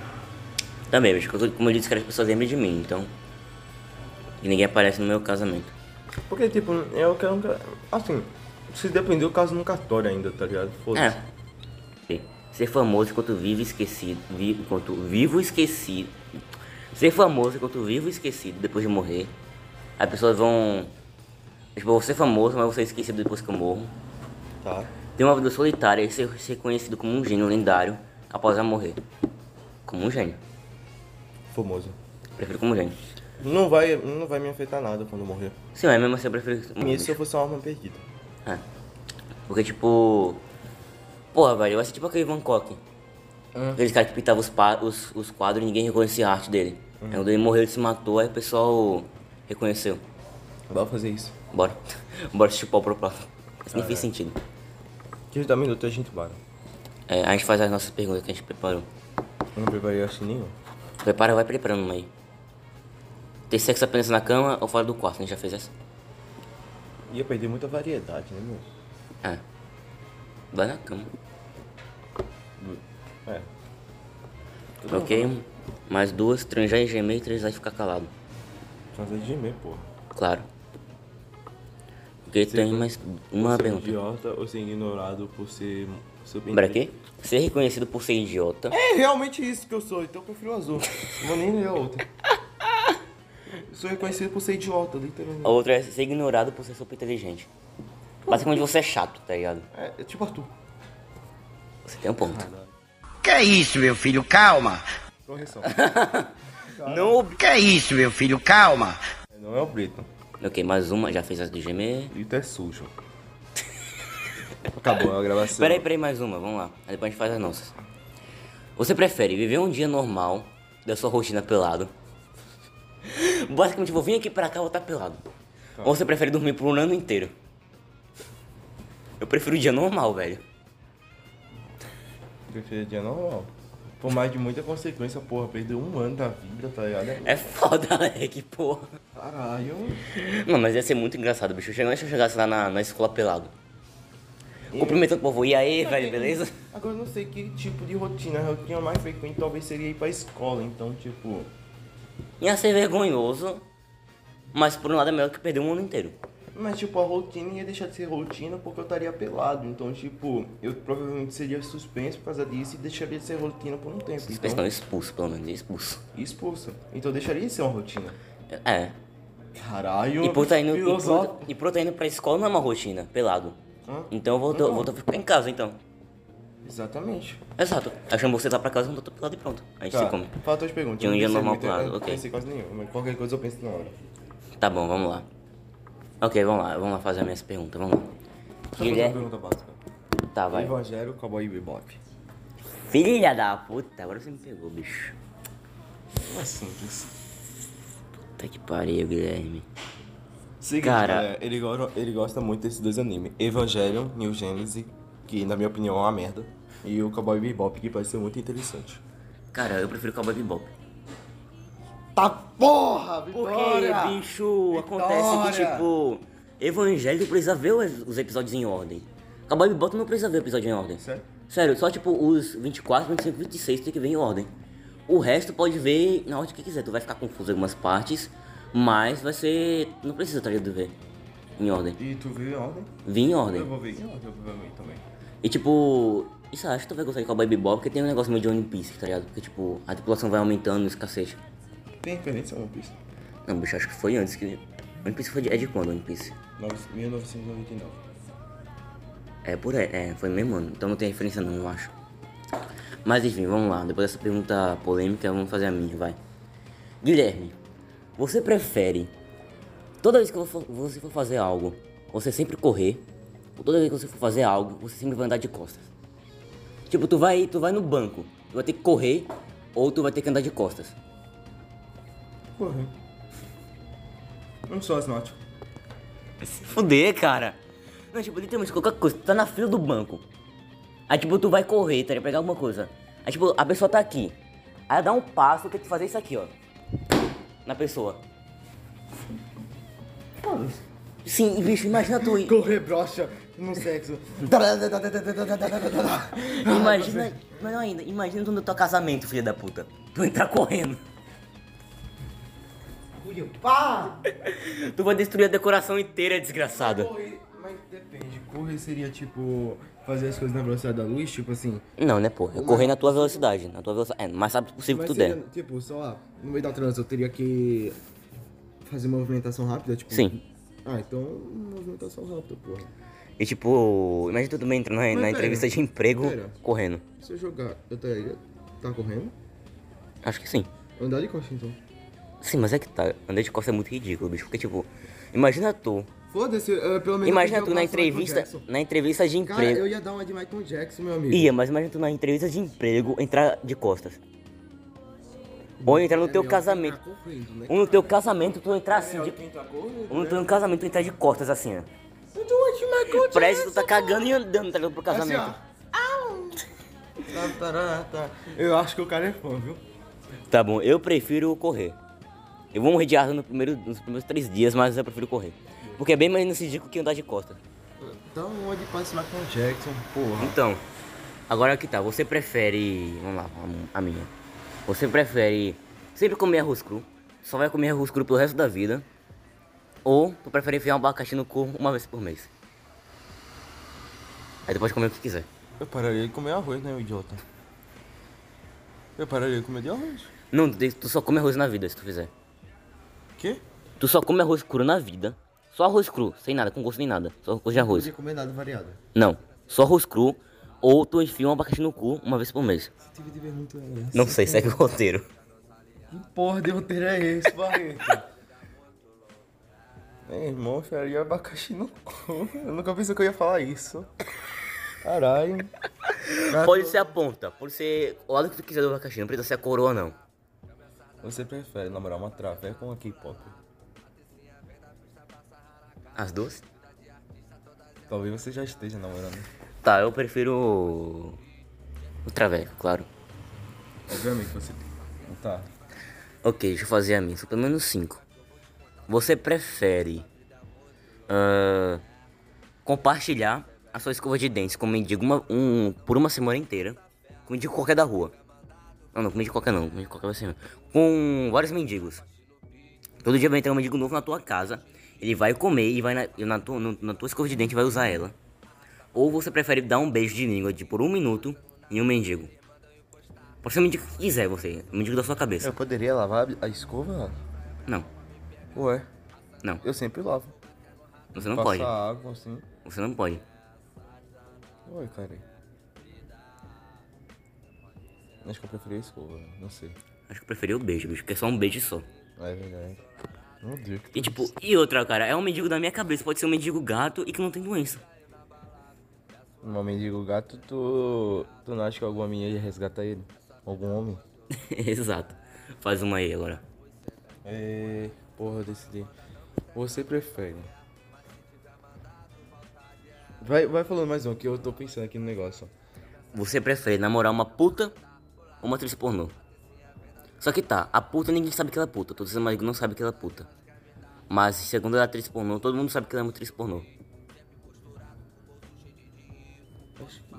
Também, mas como eu disse, que as pessoas lembrem de mim, então. E ninguém aparece no meu casamento. Porque, tipo, eu quero. um ca- Assim, se depender, o caso no cartório ainda, tá ligado? Foda-se. É. Ser famoso enquanto vivo e esquecido. Vi, enquanto vivo e esquecido. Ser famoso enquanto vivo e esquecido depois de morrer. As pessoas vão. Tipo, eu vou ser famoso, mas vou ser esquecido depois que eu morro. É. Tá. Ter uma vida solitária e ser, ser conhecido como um gênio lendário após eu morrer. Como um gênio. Famoso. Prefiro como um gênio. Não vai, não vai me afetar nada quando eu morrer. Sim, mas mesmo assim eu prefiro. Isso se eu fosse uma alma perdida. É. Porque, tipo. Porra, velho, vai ser tipo aquele Van Gogh. Aquele cara que pintava os, pa- os, os quadros e ninguém reconhecia a arte dele. Aí quando ele morreu, ele se matou, aí o pessoal reconheceu. Vai fazer isso. Bora. Bora chupar o pro próximo. Isso nem fez sentido. 30 minutos a gente para. É, a gente faz as nossas perguntas que a gente preparou. Eu não preparei acho nenhum. Prepara, vai preparando uma aí. Ter sexo apenas na cama ou fora do quarto? A gente já fez essa? Ia perder muita variedade, né, meu? É. Vai na cama. É. ok? Mais duas, tranjar e gemer e três vai ficar calado. Chance de gemer, porra. Claro. Porque tem mais uma ser pergunta. idiota ou ser ignorado por ser super Lembra quê? Ser reconhecido por ser idiota. É realmente isso que eu sou, então eu prefiro o azul. Não vou nem ler a outra. Eu sou reconhecido por ser idiota, literalmente. A outra é ser ignorado por ser super inteligente. Basicamente você é chato, tá ligado? É, é tipo Arthur. Você tem um ponto. Que é isso, meu filho? Calma. Correção. Não. Que é isso, meu filho? Calma. Não é o preto. Ok, mais uma. Já fez as do gemer. Preto é sujo. Acabou a gravação. Peraí, peraí, mais uma. Vamos lá. Aí depois a gente faz as nossas. Você prefere viver um dia normal da sua rotina pelado? Basicamente, eu vou vir aqui pra cá e vou estar pelado. Ou você prefere dormir por um ano inteiro? Eu prefiro o dia normal, velho. Prefiro dia normal. Por mais de muita consequência, porra, perdeu um ano da vida, tá ligado? É foda, Alec, porra. Caralho. Não, mas ia ser muito engraçado, bicho. Eu chego- Antes que eu chegasse lá na, na escola pelado. Cumprimentando o povo, e aí, velho, beleza? Agora eu não sei que tipo de rotina. A rotina mais frequente talvez seria ir pra escola, então, tipo. Ia ser vergonhoso, mas por um lado é melhor que perder um ano inteiro. Mas, tipo, a rotina ia deixar de ser rotina porque eu estaria pelado. Então, tipo, eu provavelmente seria suspenso por causa disso e deixaria de ser rotina por um tempo. Então... Não, Então, expulso, pelo menos, expulso. expulso. Então, deixaria de ser uma rotina. É. Caralho, E por tá indo, e por, Uhum. filosófico. tá- e por tá indo pra escola não é uma rotina, pelado. Hã? Então eu vou, Então. vou, vou ficar em casa, então. Exatamente. Exato. Eu chamo vocês lá tá pra casa, eu não tô pelado e pronto. Aí Tá. você come. Fala tuas perguntas. Tinha um Eu dia não pensei normal muito, pro lado, eu ok. Não pensei quase nenhuma, mas qualquer coisa eu penso na hora. Tá bom, vamos lá. Ok, vamos lá, vamos lá fazer as minhas perguntas, vamos lá. Só fazer uma Guilherme. pergunta básica. Tá, vai. Evangelho, cowboy e bebop. Filha da puta, agora você me pegou, bicho. É simples. Puta que pariu, Guilherme. Seguinte, Cara- galera, ele, go- ele gosta muito desses dois animes. Evangelion, New Genesis, que na minha opinião é uma merda. E o Cowboy Bebop, que parece ser muito interessante. Cara, eu prefiro Cowboy Bebop. Tá porra, Porque, Vitória! bicho, acontece que, Vitória! tipo, evangélico precisa ver os os episódios em ordem. Cowboy Bebop não precisa ver o episódio em ordem. Sério? Sério, só, tipo, os 24, 25, 26 tem que ver em ordem. O resto pode ver na ordem que quiser. Tu vai ficar confuso em algumas partes, mas vai ser... Não precisa, tá ligado, ver em ordem. E tu viu em ordem? Vir em ordem. Eu vou ver em ordem, provavelmente também. E tipo, isso eu acho que tu vai gostar de Cowboy Bebop, porque tem um negócio meio de One Piece, tá ligado? Porque tipo, a tripulação vai aumentando esse cacete. Tem referência a One Piece? Não, bicho, acho que foi antes que... One Piece foi de... é de quando, One Piece? Nove- 1999. É por aí, é, foi no mesmo ano. Então não tem referência não, eu acho. Mas enfim, vamos lá. Depois dessa pergunta polêmica, vamos fazer a minha, vai. Guilherme, você prefere toda vez que vo- você for fazer algo, você sempre correr? Ou toda vez que você for fazer algo, você sempre vai andar de costas? Tipo, tu vai, tu vai no banco, tu vai ter que correr ou tu vai ter que andar de costas. Corre. Não sou asmático. Se fuder, cara. Não, tipo, literalmente, qualquer coisa. Tu tá na fila do banco. Aí, tipo, tu vai correr, tá ligado? Pegar alguma coisa. Aí, tipo, a pessoa tá aqui. Aí ela dá um passo, tem que fazer isso aqui, ó. Na pessoa. Sim, e, bicho, imagina tu. ir- Correr brocha no sexo. Imagina. Melhor ainda, imagina tu no teu casamento, filha da puta. Tu entrar correndo. Pá! Tu vai destruir a decoração inteira, desgraçada. Correr, mas depende. Correr seria tipo fazer as coisas na velocidade da luz, tipo assim. Não, né, porra? Eu corri na tua velocidade. Na tua velocidade. É, no mais rápido possível que Mas tu seria, der. tipo, sei lá, no meio da trânsito eu teria que fazer uma movimentação rápida, tipo. Sim. Ah, então movimentação rápida, porra. E tipo, imagina tu também entrando na, na pera, entrevista de emprego pera. correndo. Se eu jogar, eu teria. Tá correndo? Acho que sim. Andar de costa então. Sim, mas é que tá. Andar de costas é muito ridículo, bicho. Porque tipo, imagina tu. Foda-se, eh, pelo menos. Imagina eu tu na passo Michael entrevista. Jackson. Na entrevista de Cara, eu emprego. ia dar uma de Michael Jackson, meu amigo. Ia, mas imagina tu na entrevista de emprego entrar de costas. Ou entrar no É teu melhor casamento. quem tá correndo, né? Ou no teu casamento tu entrar assim de. Quem tá correndo, Ou no né? teu casamento tu entrar de costas assim, ó. Eu dou uma de Michael Parece que tu tá cagando e andando, tá ligado, pro Assim, ó. casamento. Tá, tá, tá, tá. Eu acho que o cara é fã, viu? Tá bom, eu prefiro correr. Eu vou morrer de asma no primeiro, nos primeiros três dias, mas eu prefiro correr. Porque é bem mais incidíaco que andar de costas. Dá uma de passe Michael Jackson, porra. Então, agora que tá, você prefere. Vamos lá, a- a minha. Você prefere sempre comer arroz cru, só vai comer arroz cru pelo resto da vida. Ou tu prefere enfiar um abacaxi no cu uma vez por mês. Aí tu pode comer o que quiser. Eu pararia de comer arroz, né, o idiota? Eu pararia de comer de arroz. Não, tu tu só come arroz na vida se tu fizer. Quê? Tu só come arroz cru na vida. Só arroz cru, sem nada, com gosto nem nada. Só gosto de arroz. podia comer nada variado. Não, só arroz cru. Ou tu enfia um abacaxi no cu uma vez por mês. Tive de ver muito é essa. Não sei, segue o roteiro. Que porra de roteiro é esse, Barreto? Meu irmão, eu faria abacaxi no cu. Eu nunca pensei que eu ia falar isso. Caralho. Pode ser a ponta, pode ser o lado que tu quiser do abacaxi, não precisa ser a coroa não. Você prefere namorar uma traveca ou uma K-pop? As duas? Talvez você já esteja namorando. Tá, eu prefiro. o- O traveco, claro. Obviamente você. Tá. Ok, deixa eu fazer a minha, são pelo menos cinco. Você prefere. ah, compartilhar a sua escova de dentes com um mendigo uma- um, por uma semana inteira? Com um mendigo qualquer da rua. Não, não, com um mendigo qualquer não, com mendigo qualquer vai ser. Com vários mendigos. Todo dia vai entrar um mendigo novo na tua casa. Ele vai comer e vai na, e na, tua, no- na tua escova de dente e vai usar ela. Ou você prefere dar um beijo de língua de por um minuto em um mendigo? Pode ser o mendigo que quiser, você. O mendigo da sua cabeça. Eu poderia lavar a escova? Não, Ué, não. eu sempre lavo. Você não Passar pode. água assim. Você não pode. Ué, cara. Acho que eu preferia a escova, não sei. Acho que eu preferi o beijo, bicho, porque é só um beijo só. É verdade. Meu Deus, que E tipo, e outra, cara, é um mendigo da minha cabeça. Pode ser um mendigo gato e que não tem doença. Um homem digo gato, tu. Tu não acha que alguma menina ia resgatar ele? Algum homem? Exato. Faz uma aí agora. É. Porra, eu decidi. Você prefere. Vai, vai falando mais um, que eu tô pensando aqui no negócio. Você prefere namorar uma puta ou uma atriz pornô? Só que tá, a puta ninguém sabe que ela é puta. Todo seu marido não sabe que ela é puta. Mas segundo a atriz pornô, todo mundo sabe que ela é uma atriz pornô.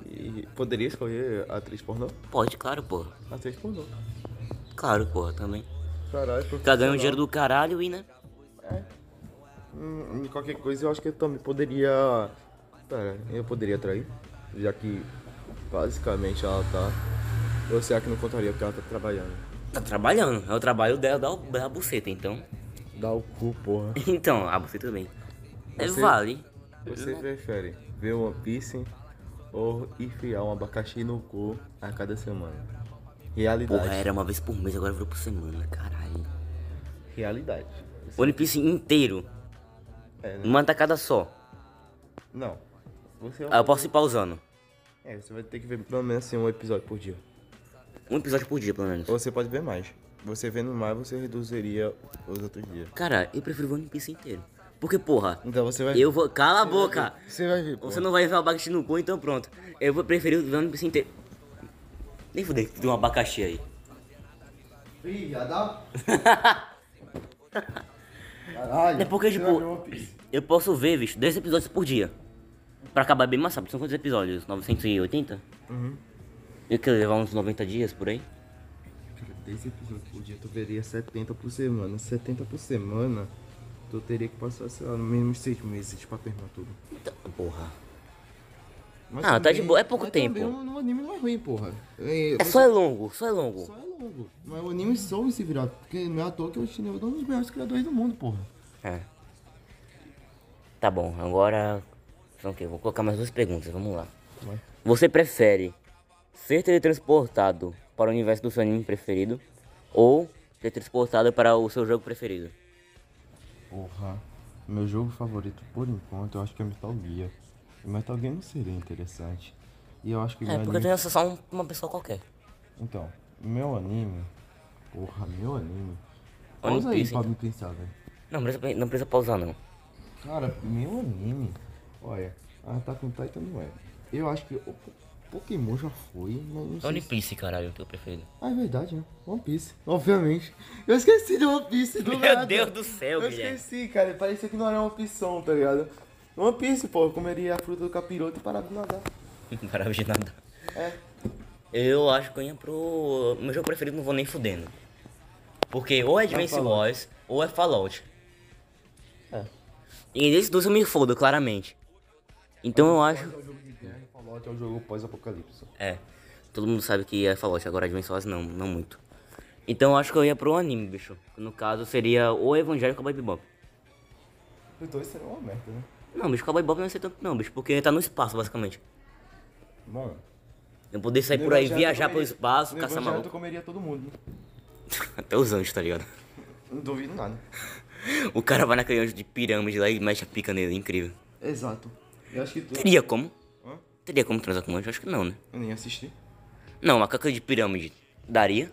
E poderia escolher atriz pornô? Pode, claro, pô. Atriz pornô. Claro, pô, também. Caralho, porque. Porque ela ganha um dinheiro do caralho e, né? Hum, hum, qualquer coisa eu acho que eu também poderia. Pera, eu poderia trair. Já que basicamente ela tá. Ou será que não contaria porque ela tá trabalhando? Tá trabalhando. É o trabalho dela dar o- dar a buceta, então. Dá o cu, porra. Então, ah, você também. É, Você- vale. Você prefere ver One Piece ou enfiar um abacaxi no cu a cada semana? Realidade. Porra, era uma vez por mês, agora virou por semana, caralho. Realidade. One Piece inteiro, É, né? numa tacada só. Hum. Não. Você, um Aí eu posso ir pausando. é, você vai ter que ver pelo menos assim, um episódio por dia. Um episódio por dia, pelo menos. Ou você pode ver mais. Você vendo mais, você reduziria os outros dias. Cara, eu prefiro One Piece inteiro. Porque, porra, Então você vai eu vou. Cala a boca! Você vai ver. Você não vai ver o abacaxi no cu, então pronto. Eu vou preferir o One Piece inteiro. Nem fudei que tem um abacaxi aí. Ih, já dá? Caralho. É porque, você tipo, vai ver One Piece. eu posso ver, bicho, 10 episódios por dia. Pra acabar bem mais rápido. São quantos episódios? 980? Uhum. Eu quero levar uns 90 dias por aí. Desse episódio por dia, tu veria 70 por semana. 70 por semana, tu teria que passar, sei lá, no mínimo 6 meses pra terminar tudo. Então, porra. Mas Ah, tá de também- boa, é pouco mas também tempo. Um, um anime não é ruim, porra. É, É só é longo, só é longo. só é longo. Mas o anime soube se virar. Porque não é à toa que o chinês é um dos melhores criadores do mundo, porra. É. Tá bom, agora. Então, ok, vou colocar mais duas perguntas, vamos lá. Você prefere ser teletransportado para o universo do seu anime preferido ou ser transportado para o seu jogo preferido? Porra. Meu jogo favorito por enquanto, eu acho que é Metal Gear. E Metal Gear não seria interessante. E eu acho que É, meu porque eu anime- tenho acesso a um- uma pessoa qualquer. Então, meu anime. Porra, meu anime. One Pausa aí Piece, pra então. me pensar, velho. Não precisa, não precisa pausar, não. Cara, meu anime. Olha, Attack on Titan não é. Eu acho que o Po- Pokémon já foi, mas não É sei One se- Piece, caralho, o teu preferido. Ah, é verdade, né? One Piece. Obviamente. Eu esqueci de One Piece do nada. céu, Eu esqueci, cara. Parecia que não era uma opção, tá ligado? One Piece, pô. Eu comeria a fruta do capiroto e parava de nadar. Parava de nada. Eu acho que eu ia pro. Meu jogo preferido não vou nem fudendo. Porque ou é Advance Wars ou é Fallout. É. E nesse dois eu me fodo, claramente. Então eu acho. Fallout é um jogo pós-apocalipse. É. Todo mundo sabe que é Fallout, agora Advent Wars não, não muito. Então eu acho que eu ia pro anime, bicho. No caso seria ou Evangélico ou Cowboy Bebop. Os dois serão uma merda, né? Não, bicho, Cowboy Bebop não ia ser tanto não, bicho, porque ele tá no espaço, basicamente. Bom. Eu poder sair por aí, viajar pelo espaço, caçar Eu maluco. comeria todo mundo. Até os anjos, tá ligado? Não duvido nada. O cara vai naquele anjo de pirâmide lá e mexe a pica nele, incrível. Exato. Eu acho que tu. Teria como? Hã? Teria como transar com um anjo? Acho que não, né? Eu nem assisti. Não, uma caca de pirâmide daria.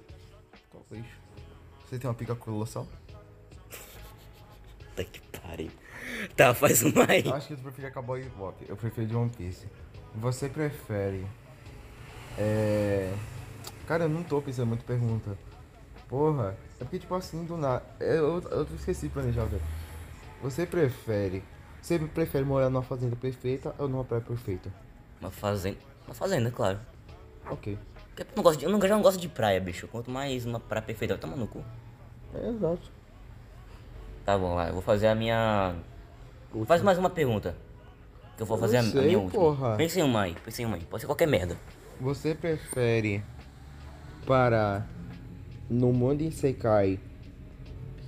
Talvez. Você tem uma pica colossal? Puta que pariu. Tá, faz uma aí. Eu acho que tu prefere acabar o Bebop. Eu prefiro de One Piece. Você prefere. É. Cara, eu não tô pensando muito em pergunta. Porra, é porque tipo assim, do nada. Eu, eu esqueci de planejar, velho. Você prefere. Você prefere morar numa fazenda perfeita ou numa praia perfeita? Uma fazenda. Uma fazenda, claro. Ok. Porque eu não gosto de, eu não, eu já não gosto de praia, bicho. Quanto mais uma praia perfeita, toma no cu. É exato. Tá bom, vai. Eu vou fazer a minha. Faz mais uma pergunta. Que eu vou fazer a, a sei, minha última. porra. Pensa em uma aí, pensa em uma aí. Pode ser qualquer merda. Você prefere parar no mundo Isekai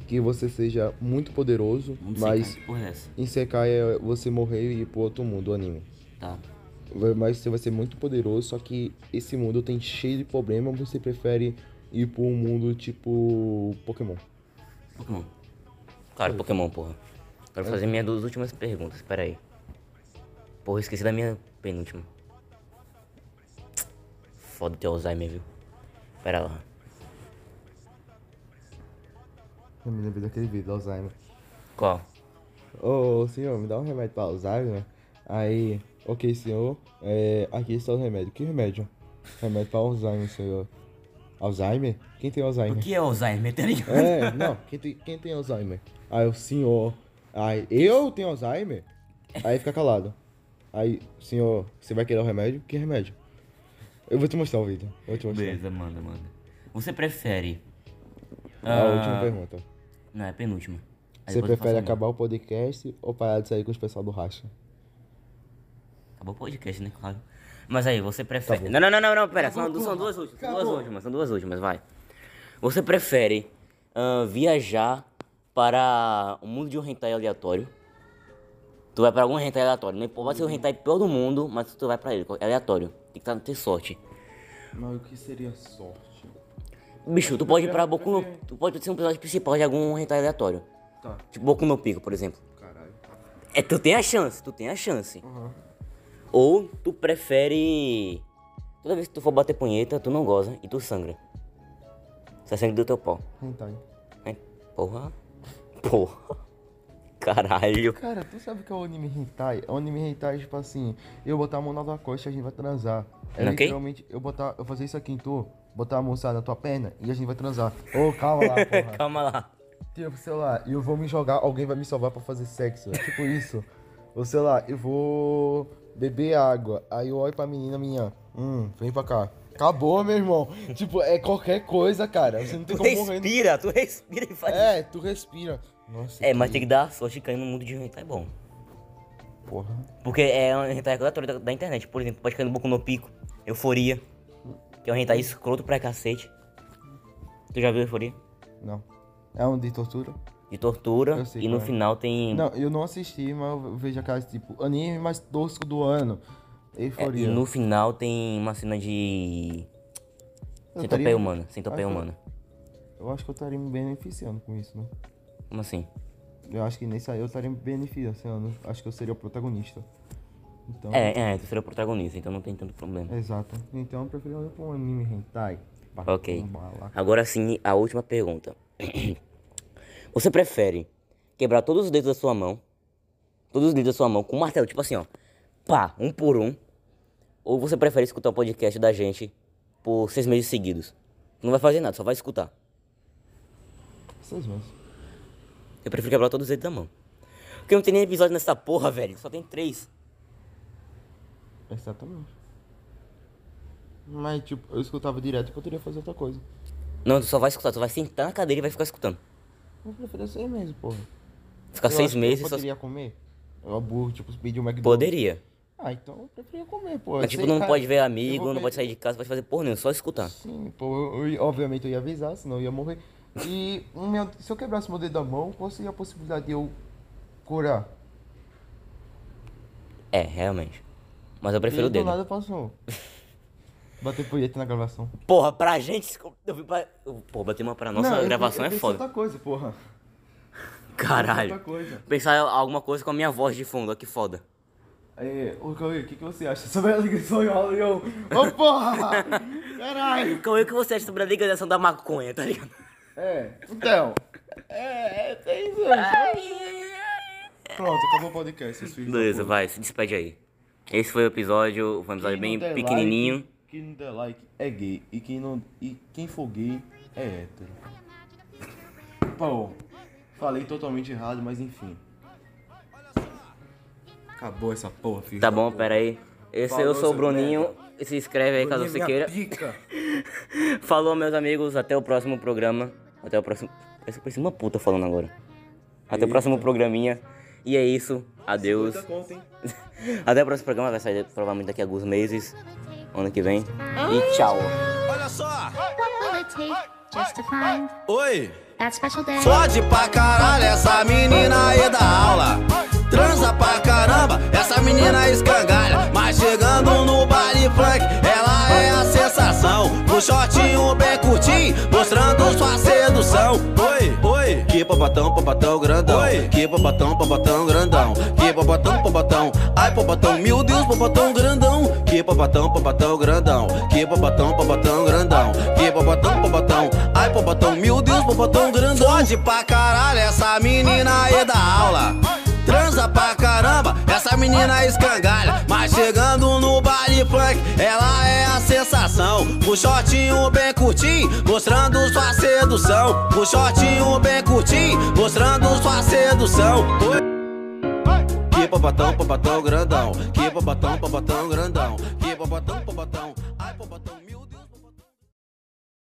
que você seja muito poderoso, Não sei, mas cara, que porra é essa? Isekai é você morrer e ir pro outro mundo, o anime. Tá. Vai- Mas você vai ser muito poderoso, só que esse mundo tem cheio de problema, você prefere ir pro um mundo tipo Pokémon. Pokémon. Claro, Pokémon, porra. Quero fazer minhas duas últimas perguntas, pera aí. Porra, esqueci da minha penúltima. Foda ter Alzheimer, viu? Pera lá. Eu me lembro daquele vídeo do Alzheimer. Qual? Ô, ô, senhor, me dá um remédio pra Alzheimer? Aí, ok, senhor, é, aqui está o remédio. Que remédio? Remédio pra Alzheimer, senhor. Alzheimer? Quem tem Alzheimer? é Alzheimer, tá ligado? É, não, quem tem, quem tem Alzheimer? Aí o senhor. Aí, eu tenho Alzheimer? Aí fica calado. Aí, senhor, você vai querer o remédio? Que remédio? Eu vou te mostrar o vídeo. Eu vou te mostrar. Beleza, manda, manda. Você prefere. A ah, última pergunta. Não, é penúltima. Aí Você depois eu prefere faço a minha. acabar o podcast ou parar de sair com os pessoal do racha? Acabou o podcast, né? Claro. Mas aí, você prefere. não, não, não, não, não, pera. São, du- são duas últimas. São duas últimas, são duas últimas, vai. Você prefere ahn, viajar para o mundo de um hentai aleatório? Tu vai pra algum hentai aleatório. Não importa se é o hentai pior do mundo, mas tu vai pra ele. É aleatório. Tem que tá- ter sorte. Mas o que seria sorte? Bicho, tu pode ir pra Boku no... Tu pode ser um personagem principal de algum hentai aleatório. Tá. Tipo Boku no Pico, por exemplo. Caralho. É, tu tem a chance, tu tem a chance. Ou tu prefere. Toda vez que tu for bater punheta, tu não goza e tu sangra. Sai sangue do teu pau. Hentai. Né? Porra. Porra. Caralho. Cara, tu sabe o que é o anime hentai? O anime hentai é tipo assim, eu botar a mão na tua costa e a gente vai transar. É Na quem? literalmente eu botar, eu fazer isso aqui em tu, botar a moçada na tua perna e a gente vai transar. Ô, calma lá, porra. Calma lá. Tira pro celular e eu vou me jogar, alguém vai me salvar pra fazer sexo. É tipo isso. Ou sei lá, eu vou beber água. Aí eu olho pra menina minha. Hum, vem pra cá. Acabou, meu irmão. tipo, é qualquer coisa, cara. Você não tem Tu como morrer. né? respira, tu respira e faz. É, tu respira. Nossa. É, mas tem que dar sorte de cair no mundo de hentai é bom. Porra. Porque é um hentai aleatório da, da internet. Por exemplo, pode cair no Boku no Pico. Euforia. Que é um hentai escroto pra cacete. Tu já viu Euforia? Não. É um de tortura? de tortura Eu sei e no qual é. final tem Não, eu não assisti, mas eu vejo aquelas tipo, anime mais tosco do ano. é, e Euforia. no final tem uma cena de Eu centopeia estaria- humana, centopeia Ah, foi. humana. Eu acho que eu estaria me beneficiando com isso, né? Como assim? Eu acho que nesse aí eu estaria me beneficiando. Acho que eu seria o protagonista. Então. É, é, tu seria o protagonista, então não tem tanto problema. Exato. Então eu prefiro olhar pra um anime hentai. Pra Ok. tomar lá. Agora sim, a última pergunta. Você prefere quebrar todos os dedos da sua mão, todos os dedos da sua mão com um martelo, tipo assim, ó, pá, um por um, ou você prefere escutar o podcast da gente por seis meses seguidos? Não vai fazer nada, só vai escutar. Seis meses. Eu prefiro quebrar todos os dedos da mão. Porque não tem nem episódio nessa porra, velho. Só tem três. Exatamente. Mas, tipo, eu escutava direto e poderia fazer outra coisa. Não, tu só vai escutar. Tu vai sentar na cadeira e vai ficar escutando. Eu prefiro seis meses, porra. Ficar Eu seis acho que meses Eu só... poderia comer? Eu burro, tipo, pedir um McDonald's. Poderia. Ah, então eu preferia comer, pô. Mas, Sei, tipo, não cara, pode ver eu amigo, vou não pode ver- sair de casa, pode fazer porra nenhuma, só escutar. Sim, pô, eu- eu- obviamente eu ia avisar, senão eu ia morrer. E o meu- se eu quebrasse meu dedo da mão, qual seria a possibilidade de eu curar? É, realmente. Mas eu E prefiro o do dedo. nada passou. Bater punheta na gravação. Porra, pra gente. se co- Eu vi pra... eu- Pô, bater uma pra nossa Não, eu- gravação eu é pensei foda. outra coisa, porra. Caralho. outra coisa. Pensar alguma coisa com a minha voz de fundo, ó, que foda. É, ô Cauê, o que, que você acha sobre a Liga de São Paulo? E eu, Ô porra! Caralho! Cauê, o que você acha sobre a legalização da maconha, tá ligado? É, Então, É, pronto, acabou o podcast, seus filhos. da Beleza, puta. vai, se despede aí. Esse foi o episódio, foi um episódio Quem bem não der pequenininho. like- quem não der like é gay. E quem, não, e quem for gay é hétero. Pô, falei totalmente errado, mas enfim. Acabou essa porra, filho. Tá da bom, puta. pera aí. Esse Falou, eu sou o seu Bruninho. Se inscreve aí caso Minha você queira. Pica. Falou, meus amigos. Até o próximo programa. Até o próximo. Parece que eu uma puta falando agora. Até o próximo programinha. E é isso. Adeus. Muita conta, hein? Até o próximo programa. Vai sair provavelmente daqui a alguns meses. Ano que vem. E tchau. Olha só. What will it take just to find Oi. that É special day? Fode pra caralho essa menina aí da aula. Transa pra caramba, essa menina escangalha. Mas chegando no baile funk, ela é a sensação. Com shortinho bem curtinho, mostrando sua sedução. Oi, oi. Que popatão, popatão grandão. Que popatão, popatão grandão. Que popatão, popatão. Ai, popatão, meu Deus, popatão grandão. Que popatão, popatão grandão. Que popatão, popatão grandão. Que popatão, popatão. Ai, popatão, meu Deus, popatão grandão. Fode pra caralho essa menina aí da aula. Transa pra caramba, essa menina escangalha. Mas chegando no baile funk, ela é a sensação. Com shortinho bem curtinho, mostrando sua sedução. Com shortinho bem curtinho, mostrando sua sedução. Oi. Que popatão, popatão grandão. Que popatão, popatão grandão. Que popatão, popatão. Ai, popatão.